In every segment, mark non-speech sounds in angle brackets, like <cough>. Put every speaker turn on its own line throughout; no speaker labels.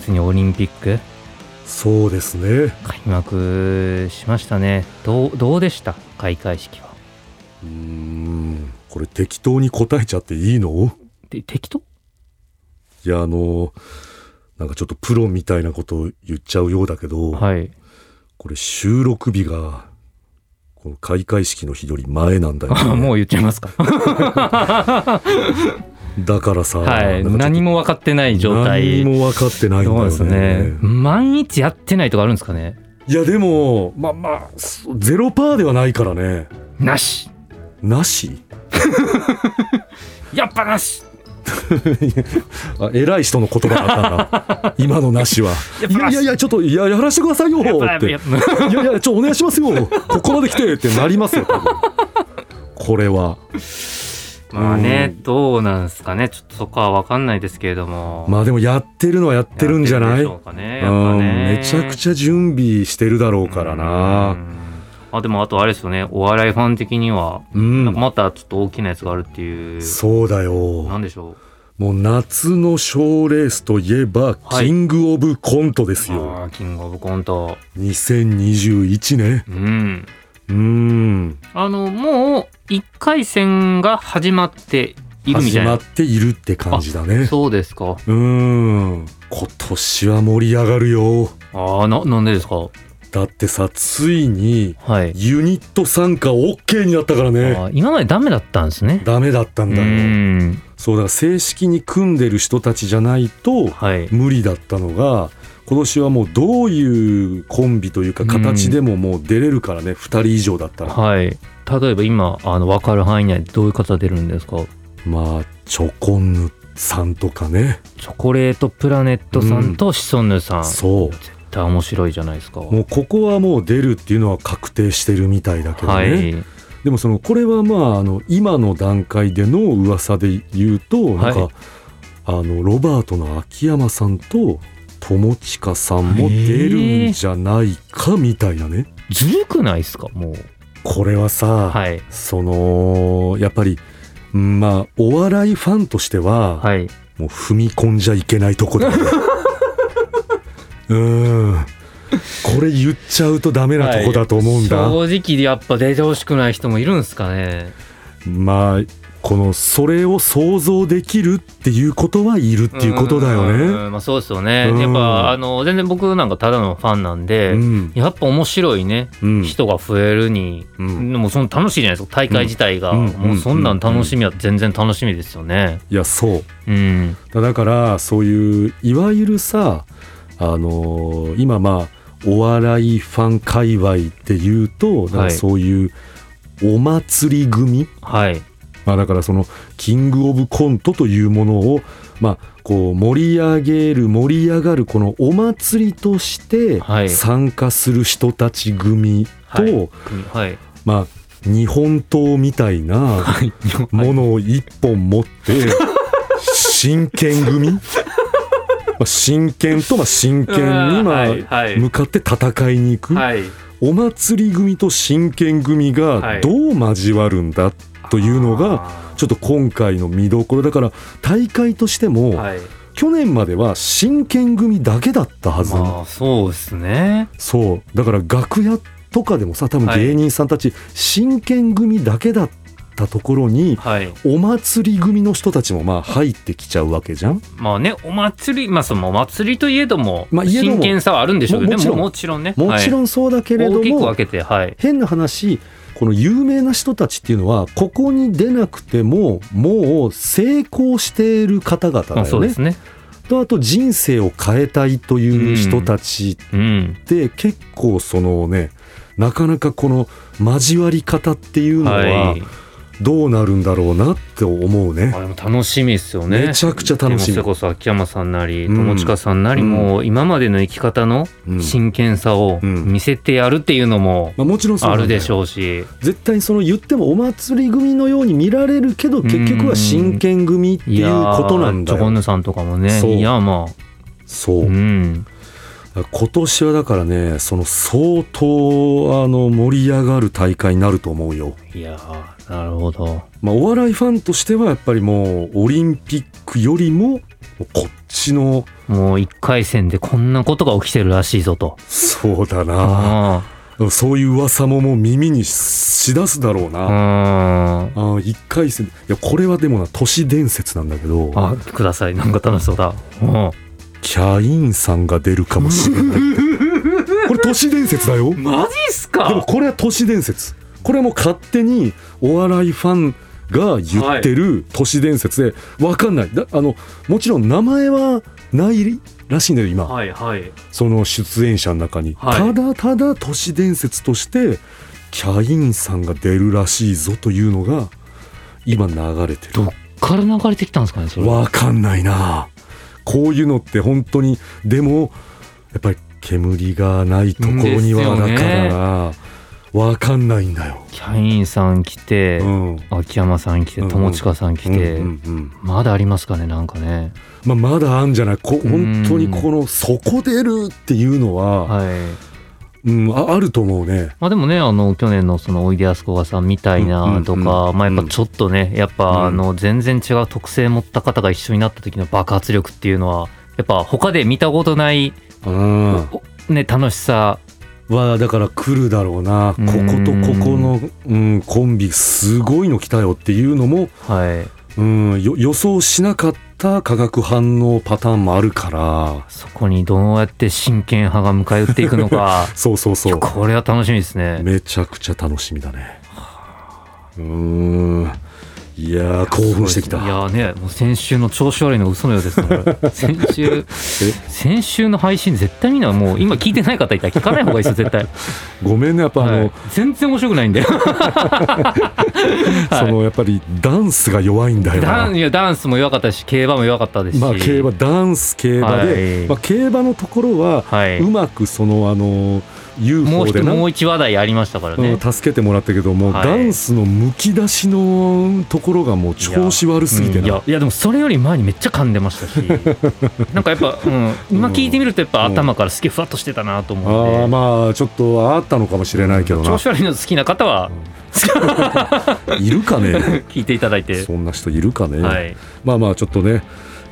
ついにオリンピック
そうですね
開幕しましたねどうどうでした開会式は
うーんこれ適当に答えちゃっていいの
で適当
いやあのなんかちょっとプロみたいなことを言っちゃうようだけど、
はい
これ収録日がこの開会式の日より前なんだよ、
<laughs> あ <laughs> もう言っちゃいますか
だから
<laughs>
さ、
はい
なんかちょっと
何も分かってない状態
何も分かってないんだ
そ
よ
う
ね
ですね毎日やってないとかあるんですかね
いやでもまあまあそゼロパーではないからね
なし
なし
やっぱなし
あ偉い人の言葉だったん
<laughs>
だ今のなしは
やっ
い
ぱな
や
し
いやいやちょっといややらせてくださいよ
やっぱ
って
やっぱ
いやいや、ちょ、お願いしますよ。ここまで来てってなりますよ、多分これは。
<laughs> まあね
う
どうなんですかねちょっとそこは分かんないですけれども
まあでもやってるのはやっ
やって
るんじゃない
てるでしょ
う
うかねやっぱ
ん、
ね
めちゃくちゃ準備してるだろうから
う
な。
んあでもあとあれですよねお笑いファン的には、
うん。
なんかまたちょっと大きなやつがあるっていう
そうだ
なん
よ。
でしょ
もう夏の賞ーレースといえば、
はい
キングオブコントです
う
よ。
あーキングオブコント
2021年。
うん
うん。
あのもう1回戦が始まっているみ
始
たい
ま
な
っているって感じだね。
そうですか
うん。今年は盛り上がるよ。
ああななんでですか
だってさ、ついに、
はい、
ユニット参加 OK になったから
あ
ね
ー今までダメだったんですね
ダメだった
うん
だよ
ーん
そうだから正式に組んでる人たちじゃないと
はい
無理だったのが今年はもうどういうコンビというか形でももう出れるからね、2人以上だったら
はい例えば今あの分かる範囲内でどういう方出るんですか
まあチョコンヌさんとかね
チョコレートプラネットさんとシソンヌさん、絶
そ
対面白いじゃないです
う
か
もうここはもう出るっていうのは確定してるみたいだけどね、
はい
でもそのこれはまああの今の段階での噂で言うとなんか、
はい
あのロバートの秋山さんと友近さんも出るんじゃないかみたいなね
ずるくないですかもう
これはさ、
はい
そのやっぱりうんまあお笑いファンとしては、
はい
もう踏み込んじゃいけないとこ
<laughs>
だよねうんこれ言っちゃうとダメなとこだと思うんだ、
正直やっぱ出てほしくない人もいるんですかね
まあこのそれを想像できるっていうことはいるっていうことだよ
う
ね。
んまあそうですよね
うん
やっぱあの全然僕なんかただのファンなんで、
うん
やっぱ面白いね、
うん
人が増えるに、
うん
でもその楽しいじゃないですか大会自体が、
うん
もうそんなん楽しみは全然楽しみですよね
いやそう
うん
だだからそういういわゆるさあのー今まあお笑いファン界隈っていうとなん
は
か
い
そういうお祭り組、
はい
まあ、だからそのキングオブコントというものを、まあ、こう盛り上げる盛り上がるこのお祭りとして
はい
参加する人たち組と、
はい組はい
まあ、日本刀みたいな
はい
ものを一本持って、真剣組まあ真剣とまあ真剣にま
はい
あ
はい
向かって戦いに行く、
はい
お祭り組と真剣組
は
が
い
どう交わるんだというのが
あ
ちょっと今回の見どころだから大会としても、
ーはい
去年までは真剣組だけだったはず、
まあそうですね
そうだから楽屋とかでもさ多分
はい
芸人さんたち、真剣組だけだったところに
はい
お祭り組の人たちもまあ入ってきちゃうわけじゃん
まあねお祭りまあそのお祭りといえども,、
まあいえども
真剣さはあるんでしょうけど
も
でも
も
もちろんね
もちろ
ん
んそうだけれど
大きく
も、
分けてはい
変な話この有名な人たちっていうのはここに出なくてももう成功している方々
まあ
だ
そ
よ
う
ね
ですね
とあと人生を変えたいという人たち
うん
って結構そのねなかなかこの交わり方っていうのは、
はい
どうなるんだろうなって思うね
あでも楽しみですよね
めちゃくちゃ楽しみ
でもそれこそ秋山さんなり
うん
友近さんなりも、今までの生き方の
うん
真剣さを
うん
見せてやるっていうのも
まあ、もちろんそう
あ
なんだよ
るでしょうし、
絶対その言ってもお祭り組のように見られるけど結局は真剣組って
い
いう
やー
ことなんだ
チョコン
よ
ヌさんとかもね
そう
いやまあ
そう、
うん
今年はだからねその相当あの盛り上がる大会になると思うよ、
いやーなるほど
まあ、お笑いファンとしてはやっぱりもうオリンピックよりもこっちの
もう1回戦でこんなことが起きてるらしいぞと
そうだな
あ
そういう噂ももう耳にしだすだろう
あ
な、
あ
ああ1回戦いやこれはでもな都市伝説なんだけど
あくださいなんか楽しそうだうん
キャインさんが出るかもしれないこれ都市伝説だよ
マジっす
でも
か
これは都市伝説これはもう勝手にお笑いファンが言ってる都市伝説で分かんないだあのもちろん名前はないらしいんだよ今
はいはい
その出演者の中に、
はい
ただただ都市伝説としてキャインさんが出るらしいぞというのが今流れてる
どっから流れてきたんですかねそれ
わかんないなこういうのって本当にでもやっぱり煙がないところには
うん
だ
で
か
すよね
らなわかんないんだよ、
キャインさん来て、
うん
秋山さん来て
うんうん
友近さん来て、
うんうんうん
まだありますかねなんかね
まあ、まだあんじゃないこ
ん
本当にこの「そこ出る」っていうのは、
はい
うん、ああると思うね
まあでもねあの去年のそのおいでやすこがさんみたいなと
うん
か、
うんうん
まあやっぱちょっとねやっ
うん
ぱあの全然違う特性持った方が一緒になった時の爆発力っていうのはやっぱ他で見たことない、
うんは
おね楽しさ
だから来るだろうなこ
うん
ことここの、うん、コンビすごいの来たよっていうのも、
はい
うん、よ予想しなかった化学反応パターンもあるから
そこにどうやって真剣派が向かい寄っていくのか
そうそう <laughs>
い
そ
や
う
これは楽しみですね
めちゃくちゃ楽しみだねうんいやー興奮してきた
いやね、もう先週の調子悪いのが嘘のようですね。こ
<laughs>
れ先週、先週の配信絶対みんなもう今聞いてない方いたら聞かない方がいいですよ、絶対。
ごめんねやっぱ <laughs> あの、
はい全然面白くないんだよ。
そのやっぱりダンスが弱いんだよ
ダ
な
ンいやダンスも弱かったし、競馬も弱かったですし。
まあ、競馬ダンス競馬で、
はい
まあ、競馬のところは
はい。
うまくそのあの
もう
UFO
一
でな、
もう一話題ありましたから
う
ね
ん。助けてもらったけども、
はい
ダンスのむき出しのところがもう調子悪すぎて
うんい
な
やいやでもそれより前にめっちゃ噛んでましたし
<laughs>
なんかやっぱ、うん、今聞いてみるとやっぱ頭からすげえふわっとしてたなと
あ
思って、
ーまあちょっとあったのかもしれないけど
調
な
子悪いの好きな方は
いるか
<laughs>
ね
聞いていただいて
そんな人いるかね、
はい
まあまあちょっとね、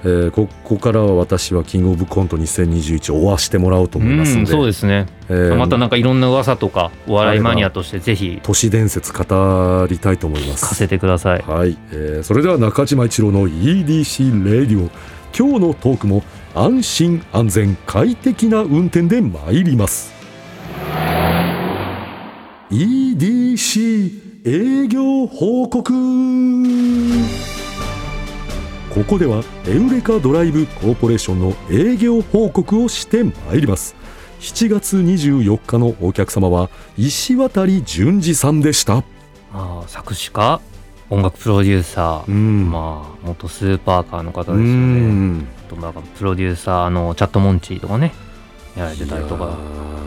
えーこここからは私はキングオブコント2021を終わしてもらおうと思います
うんん
で、
そうですね
えー
またなんかいろんな噂とかお笑いマニアとしてぜひ
都市伝説語りたいと思いま
聞か
す
せてください
はい、えーそれでは中島一郎の EDC レディオ今日のトークも安心安全快適な運転で参ります EDC 営業報告ここではエウレカドライブコーポレーションの営業報告をして参ります7月24日のお客様は石渡淳二さんでした
まあ作詞家音楽プロデューサー
ん
まあ元スーパーカーの方です
う
よね
ん
あとなんかプロデューサーのチャットモンチーとかねやられてたりと
いや
か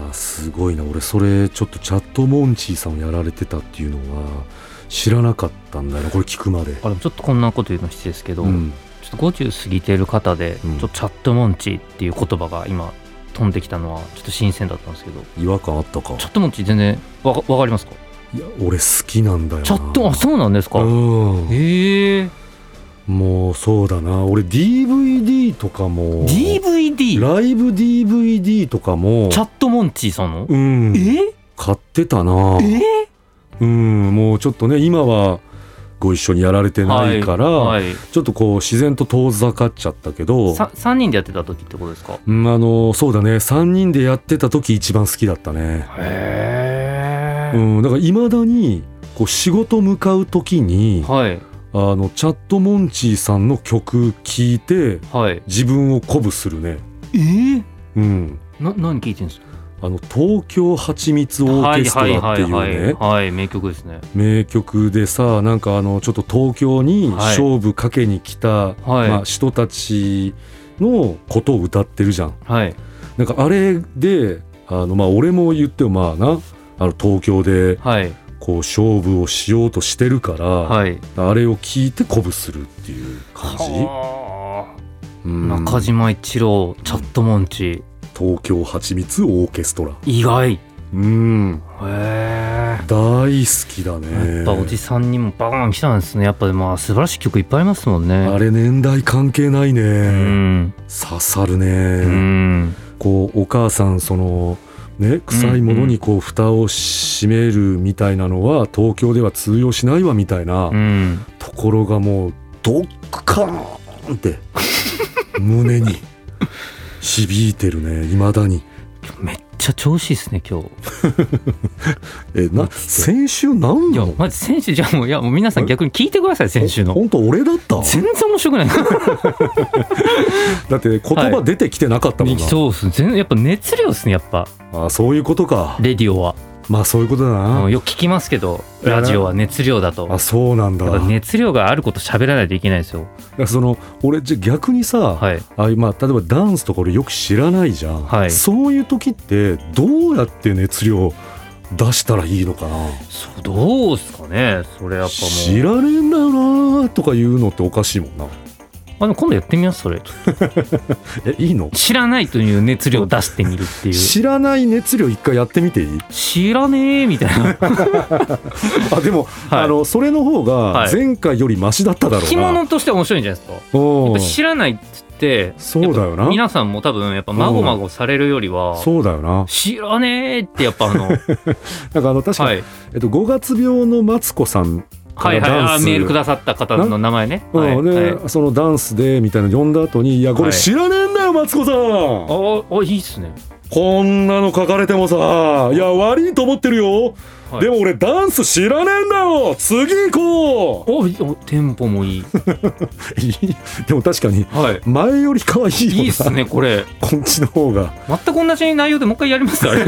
ーすごいな俺それちょっとチャットモンチーさんをやられてたっていうのは知らなかったんだよなこれ聞くまで
あでもちょっとこんなこと言うの失礼ですけど、
うん
ちょっと50過ぎてる方で、
うん
ちょっとチャットモンチーっていう言葉が今飛んできたのはちょっと新鮮だったんですけど
違和感あったか
チャットモンチー全然わかわかりますか
いや俺好きなんだよな
チャットあそうなんですか、
うん
へえ
もうそうだな俺 DVD とかも
DVD
ライブ DVD とかも
チャットモンチーさんの、
うん
え
買ってたな
え
うんもうちょっとね今はご一緒にやられてないから、
はいはい
ちょっとこう自然と遠ざかっちゃったけど
さ3人でやってた時ってことですか
うん、あのそうだね3人でやってた時一番好きだったね、
へ
うん、だからいまだにこう仕事向かう時に
はい
あのチャットモンチーさんの曲聴いて
はい
自分を鼓舞するね、
えー、
うん、
な何聞いてるんですか
ああの東京はちみつオーケストラっていうね、
はい、はい、名曲ですね。
名曲でさなんかあのちょっと東京に勝負かけに来た、
はい
まあ、人たちのことを歌ってるじゃん。
はい、
なんかあれであの、まあ、俺も言ってもまあなあの東京で
はい、
こう勝負をしようとしてるから、
はい。
あれを聞いて鼓舞するっていう感じ。
はあ
うん
中島一郎、チャットモンチ、
東京はちみつオーケストラ。
意外。へ
うん
え。
大好きだね。
やっぱおじさんにもバーン来たんですね。やっぱまあ素晴らしい曲いっぱいありますもんね。
あれ年代関係ないね。
うん。
刺さるね。
うん。
こうお母さんそのね臭いものにこう蓋を閉めるみたいなのは東京では通用しないわみたいな
うん。
ところがもうドッカーンって胸に響いてるねいまだに
めっちゃ調子いいですね、今日。
えな先週何
いや
なの、
まず選手じゃあもう、いや、もう皆さん逆に聞いてください、選手の。
本当俺だった
全然面白
<laughs>
くない。
だって言葉出てきてなかったもんな、
そうっすね。全然やっぱ熱量ですね、やっぱ。
あそういうことか
レディオは。
まあそういうことだな、
うんよく聞きますけど、ラジオは熱量だと。
あそうなんだ
やっぱ熱量があること喋らないといけないですよ。
その俺じゃ逆にさ、
はい。
あまあ、例えばダンスとか俺よく知らないじゃん、
はい
そういう時ってどうやって熱量出したらいいのかな
そう、どうっすかね。それやっぱも
知
う。
られんだなとか言うのっておかしいもんな
あ、でも今度やってみます、それ。
えいいの
知らないという熱量を出してみるっていう。
知らない熱量一回やってみていい
知らねえみたい
<laughs>
な。
あでも、あのそれの方が
はい
前回よりマシだっただろう
着
な、
物として面白いんじゃないですか。やっ
おう
ぱ知らないっつって、
そうだよ
やっぱ
な
皆さんも多分、やっぱ、まごまごされるよりは、
そうだよな
知らねえって、やっぱ、あ
<laughs>
の、はい。
なんかあの確か、
はい
えっと、5月病のマツコさんか
はい
ら
あ
ダン
ー
ス、
メールくださった方の名前ね。は
う
い。
んで
はい
そのダンスでみたいなの呼んだ後に「いやこれ
はい
知らねえんだよマツコさん!」
あーあ、いいっすね。
こんなの書かれてもさ、いや、悪いと思ってるよ。
はい
でも俺、ダンス知らねえんだよ次行こ
おいおテンポもいい。
う <laughs> いいでも確かに、
はい。
前より可愛 <laughs> いよな。
いいっすね、これ。
こっちの方が。
全く同じ内容でもう一回やります、
<laughs>
あれ。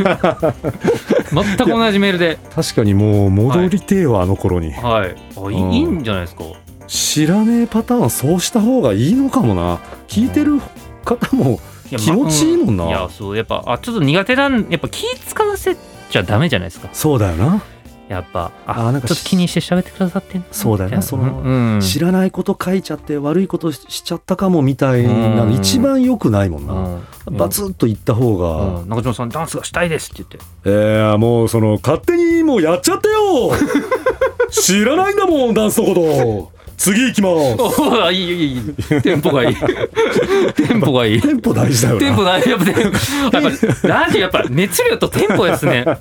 全く同じメールで。
確かにもう、戻りてえわ、あの頃に。
はい。あい
うん
いいいんじゃないですか。
知らねえパターン、そうした方がいいのかもな。聞いてる方も、
いや
気持ちいいもんな
まあういや、そう、やっぱ、あ、ちょっと苦手だん、やっぱ気使わせちゃダメじゃないですか。
そうだよな。
やっぱ、
あ
あ、
ーなんか
ちょっと気にして喋ってくださってんな
そうだよね
みたい
その
うんうん
知らないこと書いちゃって、悪いことししちゃったかもみたいな
う
の、
ん
一番良くないもんな。
うん
バツッと言った方
う
が。
ん中島さんダンスがしたいですって言っ
えー、もうその勝手にもうやっちゃって
<laughs>
よ知らないんだもんダンスのこと次行きま
ておおいいいいいいテンポ
<laughs>
がいいテンポがいい
すテンポ大事だよな
テンポだやっぱテンポやっぱラジオやっぱ熱量とテンポですね
だ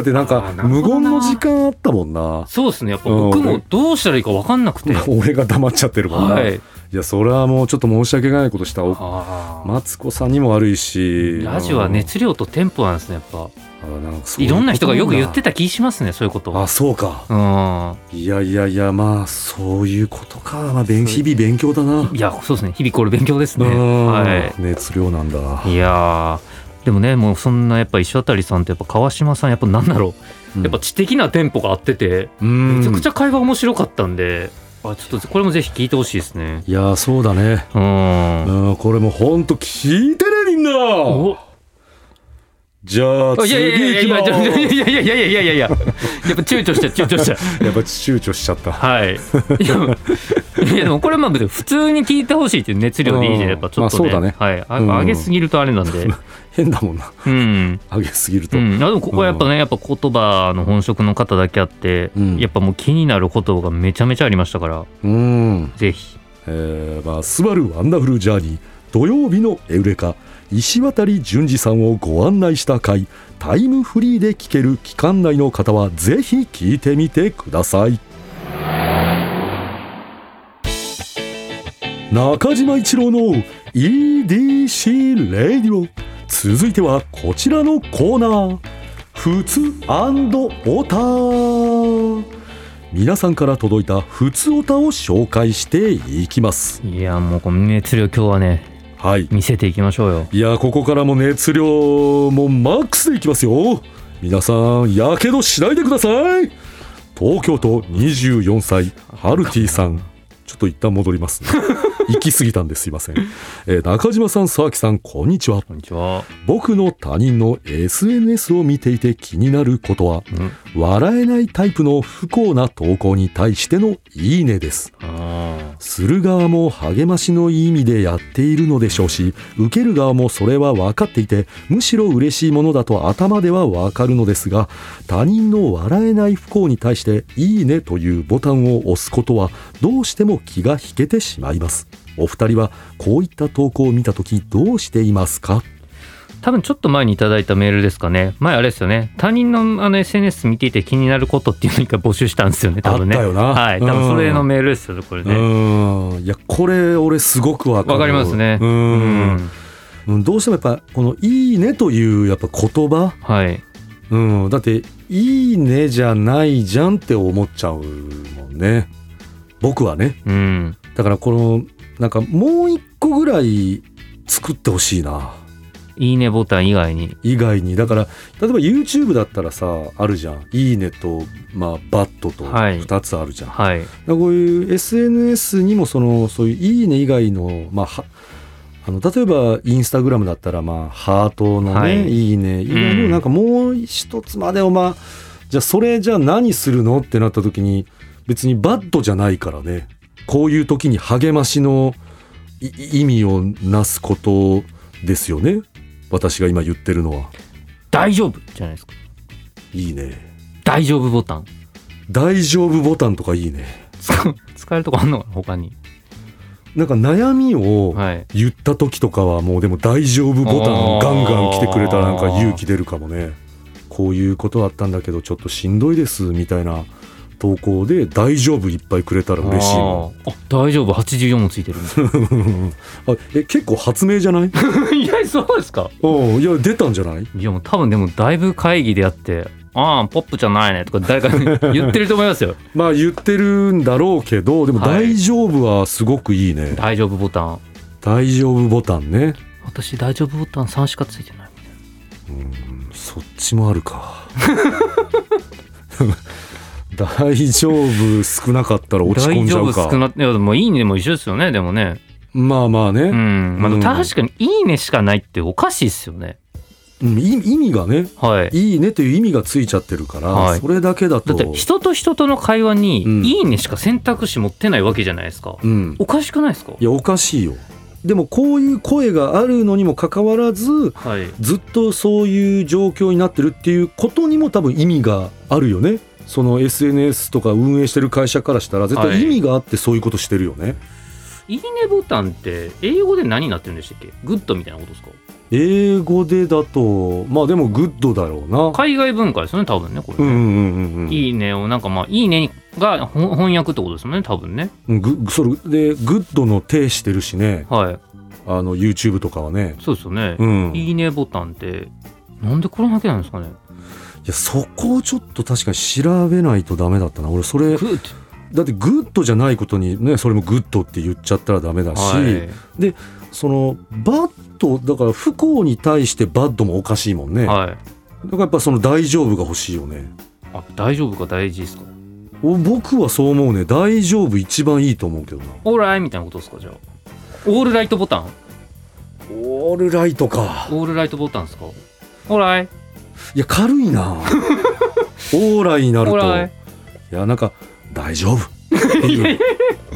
ってなんか
あーなるほ
無
ど
言
な
の時間あったもんな
そうですねやっぱ僕もどうしたらいいか分かんなくて
俺が黙っちゃってるもんな、、
はいい
やそれはもうちょっと申し訳ないことしたお
あー
マツコさんにも悪いし
ラジオは熱量とテンポなんですねやっぱ
あーなんかそう
いろんな人がよく言って
た
た気しますねそういうこと
あそうか
うん
いやいやいやまあそういうことか、まあ、勉日々勉強だない
やそうですね日々これ勉強ですね
うん
はい
熱量なんだ
いやーでもねもうそんなやっぱ石渡さんとやっぱ川島さんやっぱなんだろう、やっぱ知的なテンポが合ってて、
うん
めちゃくちゃ会話面白かったんであちょっとこれもぜひ聞いてほしいですね
いやーそうだね
うん
うん、これもうほんと聞いてねみんな
お
じゃあ
い
次
やいや
行き
いや
ま
いやいや
す
いやいやいやいやいやいやいややっぱ躊躇しちゃう躊躇しちゃう
やっぱ躊躇しちゃった
はい <laughs> いやいやでもこれはまあ別に普通に聞いてほしいっていう熱量でいいじゃんやっぱちょっとね,、
うんまあそう
はいあ
うん
上げすぎるとあれなん <laughs> で
変だも
<laughs>
んな
うん
上げすぎると、
うん、あでもここはやっぱね、やっぱ言葉の本職の方だけあって、
うん
やっぱもう気になることがめちゃめちゃありましたから
うん
ぜひ
えーまあ「スバルワンダフルジャーニー」土曜日のエウレカ石渡淳二さんをご案内した回タイムフリーで聴ける期間内の方はぜひ聞いてみてください中島一郎の EDC レディオ続いてはこちらのコーナー「ふつおた」皆さんから届いた「ふつおた」を紹介していきます
いやもうこの熱量今日はね
はい
見せていきましょうよ
いやここからも熱量もマックスでいきますよ皆さんやけどしないでください東京都24歳ハルティさんちょっと一旦戻ります、ね、行き過ぎたんですいません、えー中島さん沢木さんこんにちは
こんにちは、
僕の他人の SNS を見ていて気になることは
うん、
笑えないタイプの不幸な投稿に対してのいいねです
あ
する側も励ましのいい意味でやっているのでしょうし受ける側もそれは分かっていてむしろ嬉しいものだと頭では分かるのですが他人の笑えない不幸に対して「いいね」というボタンを押すことはどうしても気が引けてしまいますお二人はこういった投稿を見た時どうしていますか
ー多分ちょっと前にいただいたメールですかね前あれですよね他人のあの SNS 見ていて気になることっていうのを一回募集したんですよね多分ね
あったよ <laughs> な
はい多分それのメールですよねこれ
う
ね
ーんいやこれ俺すごくわかる
わかりますね
うー
うん
うんどうしてもやっぱこの「いいね」というやっぱ言葉
はい
うん、だって「いいね」じゃないじゃんって思っちゃうもんね僕はね
うん
だからこのなんかもう一個ぐらい作ってほしいない
いねボタン以外に
以外にだから例えば YouTube だったらさあるじゃん「いいねと」まあ、バットと
はい
2つあるじゃん、
はい
だからこういう SNS にもそのそういう「いいね」以外の,、まあ、はあの例えばインスタグラムだったら、まあ、ハートのね、、
はいい
いね以外
う
の
ん
なんかもう一つまでをまあじゃあそれじゃあ何するのってなった時に別にバッドじゃないからねこういう時に励ましのい意味をなすことですよね私が今言ってるのは
大丈夫じゃないですか
いいね
大丈夫ボタン
大丈夫ボタンとかいいね
使使えるとこあんのかな他に
なんか悩みを、
はい
言った時とかはもうでも大丈夫ボタンガンガン来てくれたらなんか勇気出るかもねこういうことあったんだけどちょっとしんどいですみたいな投稿で大丈夫いっぱいくれたら嬉しいも
あーあ大丈夫84もついてるみたい
ん <laughs> あえ結構発明じゃ <laughs> ない
ないやそうですか
うんいや出たんじゃない
いやもう多分でもだいぶ会議でやって「ああポップじゃないね」とか誰かに <laughs> 言ってると思いますよ
まあ言ってるんだろうけどでも
はい
大丈夫はすごくいいね、
「大丈夫ボタン
大丈夫ボタンね」
「私大丈夫ボタン3しかついてない」
うんそっちもある
<laughs>
か <laughs> 大丈夫少なかったら落ち込ん
大
じゃ
丈
う
夫
か
少なっていやでもいいねも一緒ですよねでもね
まあまあね、
うん、まあ、
うん
でも確かに「いいね」しかないっておかしいっすよね
うん意意味がね
はい
いいねという意味がついちゃってるから、
はい
それだけだ
だ
と
って人と人との会話に
うん
「いいね」しか選択肢持ってないわけじゃないですか
うん、
おかしくないですか
いやおかしいよでもこういう声があるのにもかかわらず
はい
ずっとそういう状況になってるっていうことにも多分意味があるよねその SNS とか運営してる会社からしたら絶
は
対
い
意味があってそういうことしてるよね、
いいねボタンって英語で何になってるんでしたっけグッドみたいなことですか
英語でだとまあでもグッドだろうな
海外文化ですよね多分ねこれ
うん
ね、
うんうんうん
いいねをなんかまあいいねがほん翻訳ってことですよね多分ね
うんぐそれでグッドの手してるしね
は
あの YouTube とかはね
いそうですよね、
うん
いいねボタンってなんでこれだけなんですかね
いやそこをちょっと確かに調べないとダメだったな俺それ
グッ
だってグッドじゃないことにねそれもグッドって言っちゃったらダメだ
ド
し、
はい
そのバッドだから不幸に対してバッドもおかしいもんね、
はい
だからやっぱその大丈夫が欲しいよね
あ大丈夫か大事ですか
お僕はそう思うね大丈夫一番いいと思うけどな
オーライみたいなことですかじゃあオールライトボタン
オールライトか
オールライトボタンですかオーライ
いや軽い
<laughs>
なオーライにな
オ
る
ー
と
ライ
いやなんか大丈夫っていう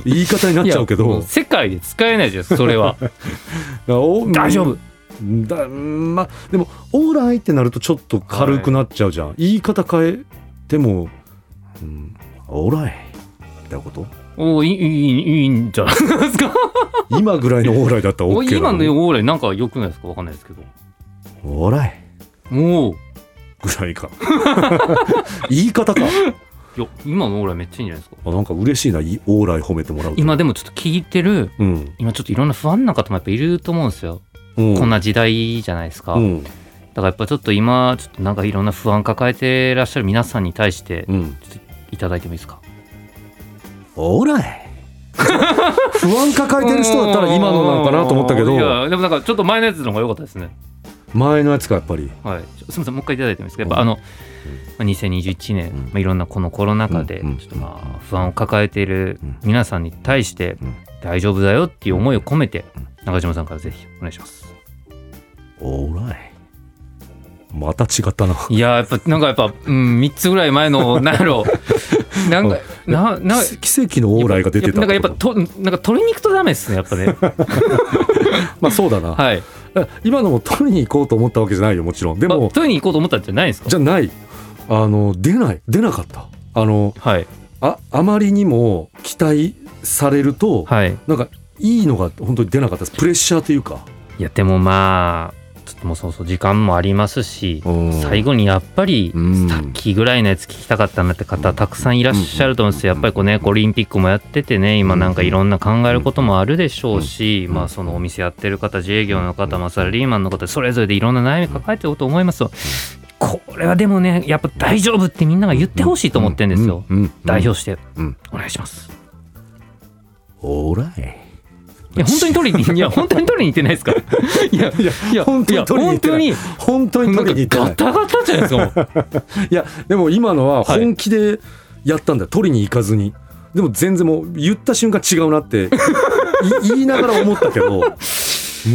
言い方になっちゃうけ
いやも
ど
世界で使えないじゃないですかそれは
<laughs> 大
大丈夫
だまあでも「オーライ」ってなるとちょっと軽くなっちゃうじゃん、言い方変えても「うん、オーライ」みたいなこと
おーいいいいい
<laughs>
いんじゃないですか
今ぐらいのオーライだったら
お
OK
今
な
のオーライなんか良くないですかわかんないですけど
オーライ
おお
ぐらいか <laughs> 言い方か
いや今のオーライめっちゃいいんじゃないですか
あなんか嬉しいないいオーライ褒めてもらうと
今でもちょっと聞いてる
うん、
今ちょっといろんな不安な方もやっぱいると思うんですよ、
うん、
こんな時代じゃないですか、
う
だ
ん
からやっぱちょっと今ちょっとなんかいろんな不安抱えてらっしゃる皆さんに対して
うん
ちょっといただいてもいいですか
オーライ <laughs> 不安抱えてる人だったら今のなのかなと思ったけ
い
ど
やでもなんかちょっと前のやつの方が良かったですね
前のやつかやっぱり
はいちょすみませんもう一回いただいてもいいですかやっぱあの、まあ、2021年、
うん
まあ、いろんなこのコロナ禍でち
う
ょ
ん
っとまあ不安を抱えている
うん
皆さんに対して
うん
大丈夫だよっていう思いを込めて
うん
中島さんからぜひお願いします
オーライまた違ったない
やーやっぱなんかやっぱ、うん、3つぐらい前のなん
<laughs>
やろうなんかなな
奇跡のオーライが出てた
なんかやっぱとなんか鶏肉とダメですねやっぱね
<laughs> まあそうだな、
はい
今のも取りに行こうと思ったわけじゃないよもちろんで
まあ
も
取りに行こうと思ったんじゃないんですか
じゃないあの出ない出なかったあの
はい
ああまりにも期待されると、
はい
なんかいいのが本当に出なかったですプレッシャーというか
いやでもまあちょっともうそうそう時間もありますし最後にやっぱり
うん
さっきぐらいのやつ聞きたかったなって方たくさんいらっしゃると思うんですよやっぱりこうねオリンピックもやっててね今なんかいろんな考えることもあるでしょうし
ん
まあそのお店やってる方自営業の方まあサラリーマンの方それぞれでいろんな悩み抱えてると思いますよこれはでもねやっぱ大丈夫ってみんなが言ってほしいと思ってんですよ
うんうんうん
代表して
うん
お願いします
オーライ
いや本当に取りにいや本当に取りに行ってないで
<laughs>
すかいやいやいや
本当に取りに行ってない
や
本当に
本当
取りに
に
行って
なんかガ
ない
タガタじゃないですかもう
いやでも今のは
はい
本気でやったんだよ、取りに行かずにでも全然もう言った瞬間違うなってい <laughs> 言いながら思ったけど難しいオ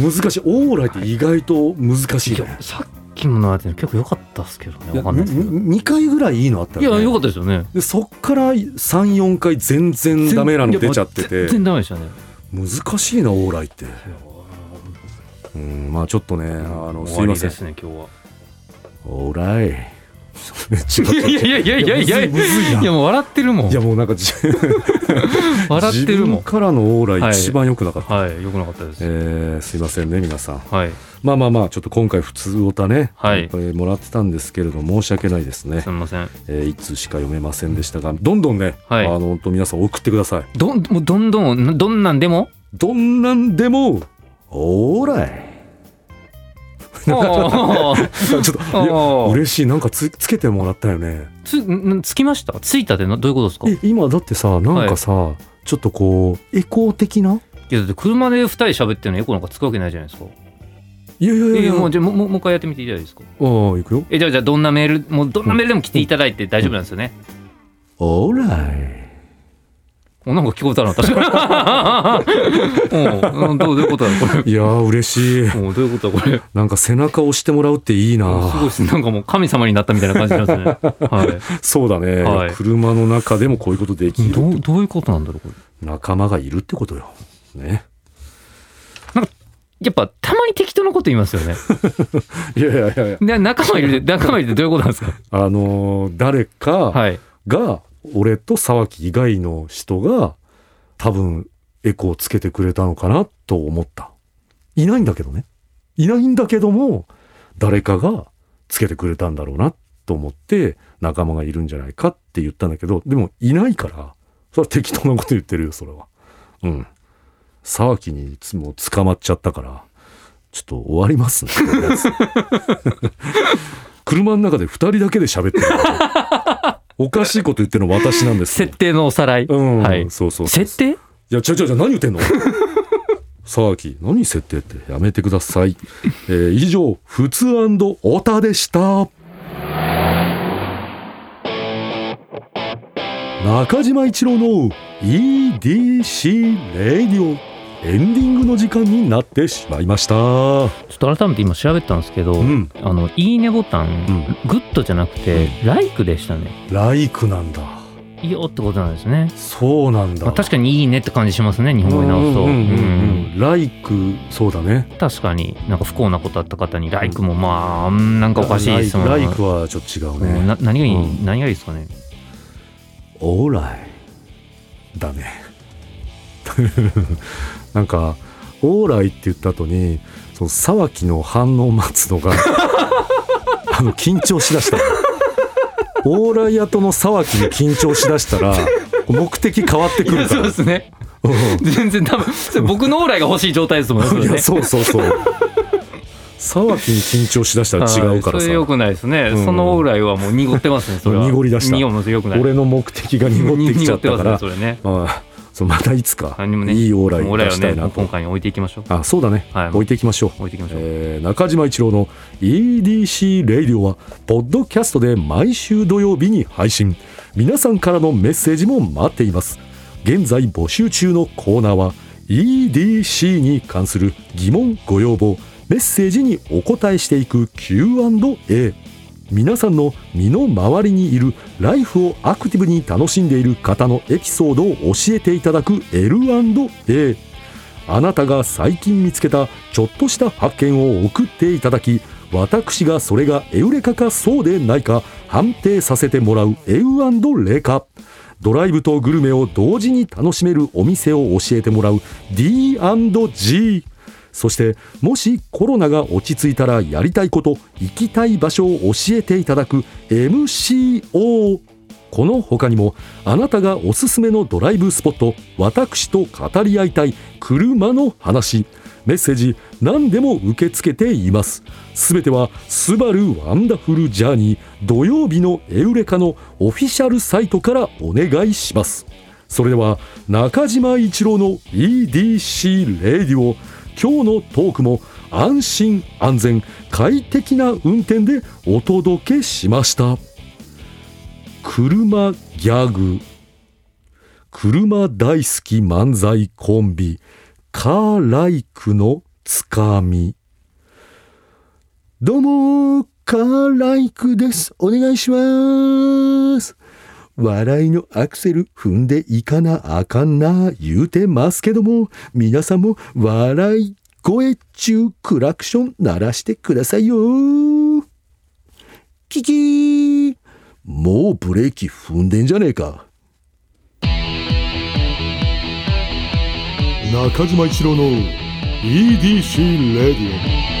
ーライって意外と難しい
い
ね
やさっきものやつ結構良かったっすけどね
いや
わかんないですけど
2回ぐらいいいのあった
い
よ、ね、
や良かったですよね
でそっから34回全然ダメなの出ちゃって
いや
て
全然ダメでしたね
難しいなオーライってうんまあちょっとねあのすいません
終わりですね今日は
オーライ
いやいやいやいやいやい
むずいむずい
や
やん
いやもう笑ってるもん
いやもうなんかじ
笑って
自
るも
分
ん
からのオーラ
は
イ
い
一番良くなかった、
はい良くなかったです
えーすいませんね皆さん
はい
まあまあまあちょっと今回普通オタね、
はい
これもらってたんですけれど申し訳ないですね
す、みません
えー、いつしか読めませんでしたがどんどんね、
はい
あの本当皆さん送ってください
どんもうどんどんどんなんでも
どんなんでもオーラ
<laughs>
イ
おー
ちょっといや
おー
嬉しいなんかつつけてもらったよね
つんつきましたついたってなどういうことですか
え今だってさなんかさ、ちょっとこうエコー的ない
やだって車で二人喋ってるのエコなんかつくわけないじゃないですか
いやいやいや
い
いや
やもうじゃあもうもうもう一回やってみていいですか
ああいくよ
えじゃあじゃあどんなメールもうどんなメールでも来ていただいて大丈夫なんですよね
オーライ
おなんか聞こえたな確かにうんうんどうどういうことだこ
いやー嬉しい
れもうどういうことだこれ
なんか背中を押してもらうっていい
すごい
な
っすなんかもう神様になったみたいな感じなんですねは
そうだね、
はい
車の中でもこういうことでき
いど
る
うどういうことなんだろうこれ
仲間がいるってことよね
やっぱたまに適当なこと言いますよ <laughs> ね
いやいやいやいや
で仲間いるで仲間いるってどういうことなんですか
あのー誰か
<laughs> はい
が俺と沢木以外の人が多分エコーつけてくれたのかなと思ったいないんだけどねいないんだけども誰かがつけてくれたんだろうなと思って仲間がいるんじゃないかって言ったんだけどでもいないからそれは適当なこと言ってるよそれはうん沢木にいつも捕まっちゃったからちょっと終わりますね <laughs> とりあえず車の中で2人だけで喋ってるおかしいこと言ってるの私なん
<laughs>
ですよ
設定のおさらい、
うん、
はい
そうそうそう
設定
いや、違う違う違う、何言ってんの <laughs> 沢木、何設定ってやめてください。えー以上、普通オタでした。中島一郎の EDC レディオエンディングの時間になってしまいました。う
ちょっと改めて今調べたんですけど、
ん、
あのいいねボタン、グッドじゃなくて、ライクでしたね
ライクなんだ。
いいよってことなんですね
そうなんだ。
まあ、確かにいいねって感じしますね日本語に直すと
うんうんうん
うん
うんライク、そうだね。
確かになんか不幸なことあった方に「ライク」もまあうんなんかおかしいですもん
ライライクはちょっと違うね。
うんな何がいい、
うん
何がいいですかね
オーライだね <laughs> なんかオーライって言った後にその沢木の反応を待つのが <laughs> あの緊張しだしたオーライ後の沢木に緊張しだしたら目的変わってくるから
すね
うん
全
<laughs>
然多分それ僕のオーライが欲しい状態ですもんねそれ
い
ね
やそうそうそう沢木に緊張しだしたら違うから
はいそ
さ
れ良くないですね、
うん
そのオーライはもう濁ってますねそれは
濁り出した
濁も良くない <laughs>
俺の目的が濁ってきちゃったから
濁ってますねそれね
まあそうまたいつか、
何にもね
いいオーライ
俺
出
らを
した
ね
いな
今
と、
回に置いていきましょう
あそうだね、
はい
置いていきましょう
置いていきましょう、
えー中島一郎の EDC レイディオはポッドキャストで毎週土曜日に配信皆さんからのメッセージも待っています現在募集中のコーナーは EDC に関する疑問ご要望メッセージにお答えしていく Q&A 皆さんの身の回りにいるライフをアクティブに楽しんでいる方のエピソードを教えていただく L&A あなたが最近見つけたちょっとした発見を送っていただき私がそれがエウレカかそうでないか判定させてもらうエウレカドライブとグルメを同時に楽しめるお店を教えてもらう D&G そしてもしコロナが落ち着いたらやりたいこと行きたい場所を教えていただく MCO この他にもあなたがおすすめのドライブスポット私と語り合いたい車の話メッセージ何でも受け付けていますすべては「スバルワンダフルジャーニー土曜日のエウレカ」のオフィシャルサイトからお願いしますそれでは中島一郎の EDC レディオ今日のトークも安心安全快適な運転でお届けしました。車ギャグ車大好き漫才コンビカーライクのつかみどうもカーライクですお願いします笑いのアクセル踏んでいかなあかんな言うてますけども皆さんも笑い声中クラクション鳴らしてくださいよキキーもうブレーキ踏んでんじゃねえか中島一郎の EDC レディオ